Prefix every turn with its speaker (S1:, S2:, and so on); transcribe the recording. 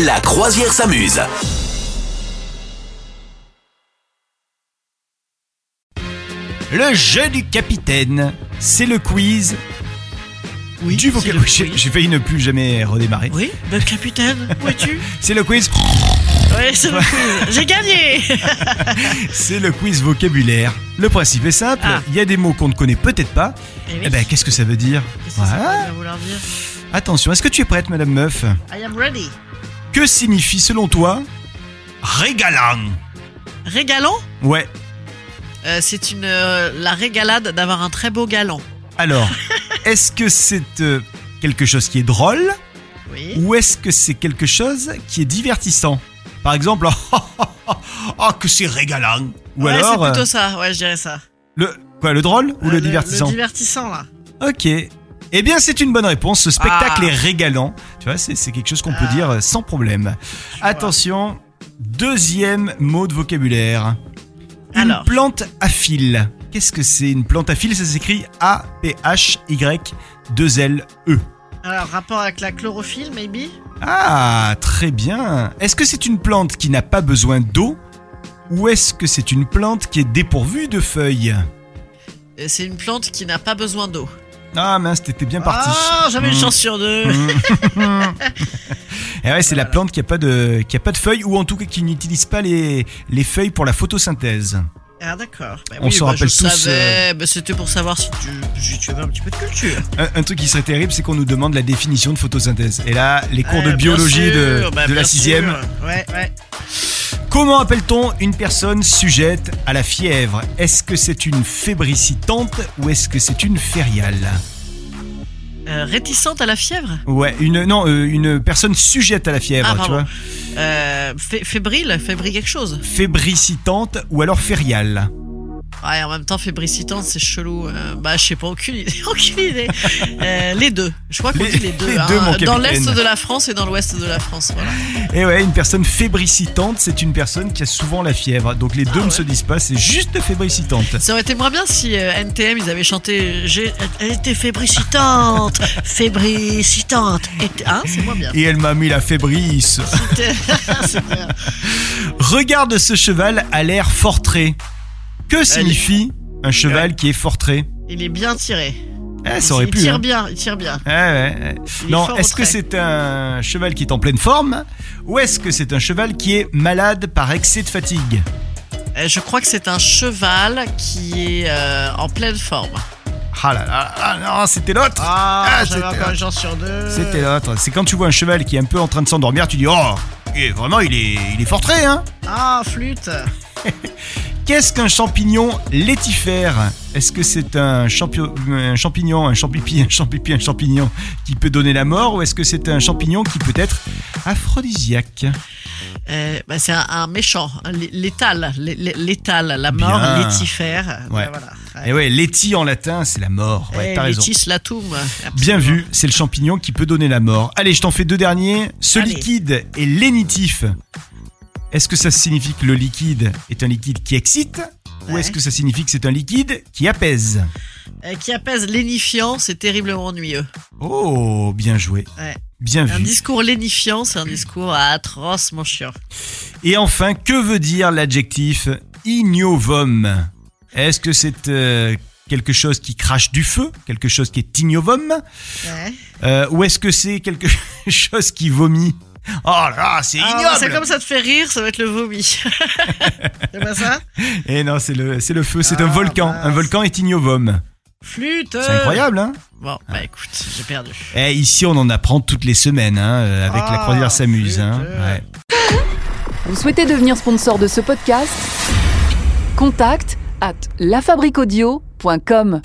S1: La croisière s'amuse.
S2: Le jeu du capitaine, c'est le quiz
S3: Oui.
S2: du
S3: c'est le-
S2: vocabulaire. J'ai j'ai failli ne plus jamais redémarrer.
S3: Oui, le capitaine, où es-tu
S2: C'est le quiz,
S3: Ouais, c'est le quiz. J'ai gagné
S2: Eh c'est le quiz vocabulaire. Le principe est simple,
S3: Ah.
S2: il y a des mots qu'on ne connaît peut-être pas.
S3: Eh oui,
S2: Eh ben, qu'est-ce que ça veut dire
S3: qu'est-ce que ça
S2: Voilà.
S3: va bien vouloir dire
S2: Attention, est-ce que tu es prête, Madame Meuf
S3: I am ready.
S2: Que signifie, selon toi, régalant
S3: Régalant
S2: Ouais.
S3: Euh, C'est une euh, la régalade d'avoir un très beau galant.
S2: Alors, est-ce que c'est euh, quelque chose qui est drôle
S3: Oui.
S2: ou est-ce que c'est quelque chose qui est divertissant Par exemple, oh, oh, oh, oh, que c'est régalant Ou
S3: ouais,
S2: alors,
S3: c'est plutôt
S2: euh,
S3: ça, ouais, je dirais ça.
S2: le, quoi, le drôle ou
S3: Euh,
S2: le, divertissant
S3: Le divertissant, là.
S2: Ok. Eh bien, c'est une bonne réponse. Ce spectacle
S3: Ah.
S2: est régalant. Tu vois, c'est c'est quelque chose qu'on peut
S3: Ah.
S2: dire euh, sans problème.
S3: vois.
S2: Attention, deuxième mot de vocabulaire. Une
S3: Alors.
S2: plante à fil. Qu'est-ce que c'est une plante à fil Ça s'écrit A-P-H-Y-2-L-E.
S3: Alors, rapport avec la chlorophylle, maybe
S2: Ah, très bien. Est-ce que c'est une plante qui n'a pas besoin d'eau ou est-ce que c'est une plante qui est dépourvue de feuilles
S3: Euh, C'est une plante qui n'a pas besoin d'eau.
S2: Ah mince, t'étais bien parti.
S3: Ah, j'avais une
S2: Mm.
S3: chance sur deux.
S2: Eh ouais, c'est la plante qui a pas de qui a pas de feuilles ou en tout cas qui n'utilise pas les les feuilles pour la photosynthèse.
S3: Ah, d'accord. Bah
S2: On
S3: oui,
S2: se
S3: bah,
S2: rappelle
S3: je
S2: tous, euh,
S3: savais, bah, c'était pour savoir si tu, si tu avais un petit peu de culture.
S2: Un, un truc qui serait terrible, c'est qu'on nous demande la définition de photosynthèse. Et là, les cours
S3: Ouais,
S2: de
S3: Eh bien
S2: biologie de,
S3: sûr, bah,
S2: de la
S3: bien
S2: sixième.
S3: sûr. Ouais, ouais.
S2: Comment appelle-t-on une personne sujette à la fièvre Est-ce que c'est une fébricitante ou est-ce que c'est une fériale
S3: Euh, réticente à la fièvre
S2: Ouais, une non, euh, une personne sujette à la fièvre,
S3: Ah,
S2: Eh ben, tu
S3: pardon.
S2: vois.
S3: Euh, fé- Fébrile Fébrile quelque chose
S2: Fébricitante ou alors fériale.
S3: Ouais, en même temps, fébricitante, c'est chelou. Euh, bah, je sais pas, aucune idée. aucune idée. Euh, les deux. Je crois qu'on
S2: Les-
S3: dit les deux.
S2: les
S3: hein.
S2: deux, mon
S3: dans
S2: capitaine.
S3: l'Est de la France et dans l'Ouest de la France. Voilà.
S2: Et Eh ouais, une personne fébricitante, c'est une personne qui a souvent la fièvre. Donc les deux ne
S3: Ah ouais.
S2: se disent pas, c'est juste fébricitante.
S3: Ça aurait été moins bien si euh, NTM, ils avaient chanté J'ai- Elle était fébricitante Fébricitante Et- Hein, c'est moins bien.
S2: Et elle m'a mis la fébrice.
S3: C'était- c'est bien.
S2: Regarde ce cheval à l'air fortré. Que signifie un cheval qui est fortré
S3: Il est bien tiré.
S2: Eh,
S3: Il-
S2: ça aurait
S3: il
S2: pu.
S3: tire
S2: hein.
S3: bien, il tire bien.
S2: Ouais, ouais, ouais.
S3: Il est
S2: Non,
S3: fort au
S2: est-ce que
S3: trait.
S2: c'est un cheval qui est en pleine forme ou est-ce que c'est un cheval qui est malade par excès de fatigue
S3: Euh, Je crois que c'est un cheval qui est euh, en pleine forme.
S2: Ah là là, ah non, c'était l'autre. Ah,
S3: j'avais
S2: c'était-
S3: encore une chance sur deux.
S2: C'était l'autre. C'est quand tu vois un cheval qui est un peu en train de s'endormir, tu dis Oh, il est- vraiment, il est, il est fortré, hein
S3: Ah, flûte.
S2: Qu'est-ce qu'un champignon laitifère Est-ce que c'est un, champio- un champignon, un champipi, un champipi, un champignon qui peut donner la mort ou est-ce que c'est un champignon qui peut être aphrodisiaque
S3: Euh, bah, c'est un, un méchant, un lé- létal, lé- lé- létal, la mort,
S2: Bien.
S3: létifère.
S2: Ouais.
S3: Bah, voilà.
S2: Et Eh ouais, laiti en latin, c'est la mort. Ouais,
S3: Eh,
S2: t'as raison.
S3: Létis latum.
S2: Bien
S3: absolument.
S2: vu, c'est le champignon qui peut donner la mort. Allez, je t'en fais deux derniers. Ce
S3: Allez.
S2: liquide est lénitif. Est-ce que ça signifie que le liquide est un liquide qui excite ou
S3: Ouais.
S2: est-ce que ça signifie que c'est un liquide qui apaise
S3: Euh, qui apaise lénifiant, c'est terriblement ennuyeux.
S2: Oh, bien joué.
S3: Ouais.
S2: Bien
S3: Un
S2: vu.
S3: discours lénifiant, c'est un discours atrocement chiant.
S2: Et enfin, que veut dire l'adjectif ignovum Est-ce que c'est euh, quelque chose qui crache du feu, quelque chose qui est ignovum
S3: Ouais.
S2: Euh, Ou est-ce que c'est quelque chose qui vomit Oh là là, c'est
S3: Ah,
S2: ignoble
S3: c'est comme ça te fait rire, ça va être le vomi. c'est pas ça
S2: Et Eh non, c'est le, c'est le feu, c'est un
S3: Ah,
S2: volcan.
S3: mince. Euh.
S2: Un volcan est ignovum.
S3: Flûte.
S2: C'est incroyable, hein
S3: Bon, bah écoute, j'ai perdu.
S2: Eh, Ici, on en apprend toutes les semaines, hein, euh, avec la
S3: Ah,
S2: croisière s'amuse. Hein.
S3: putain.
S2: Ouais.
S4: Vous souhaitez devenir sponsor de ce podcast Contact à lafabriquaudio.com.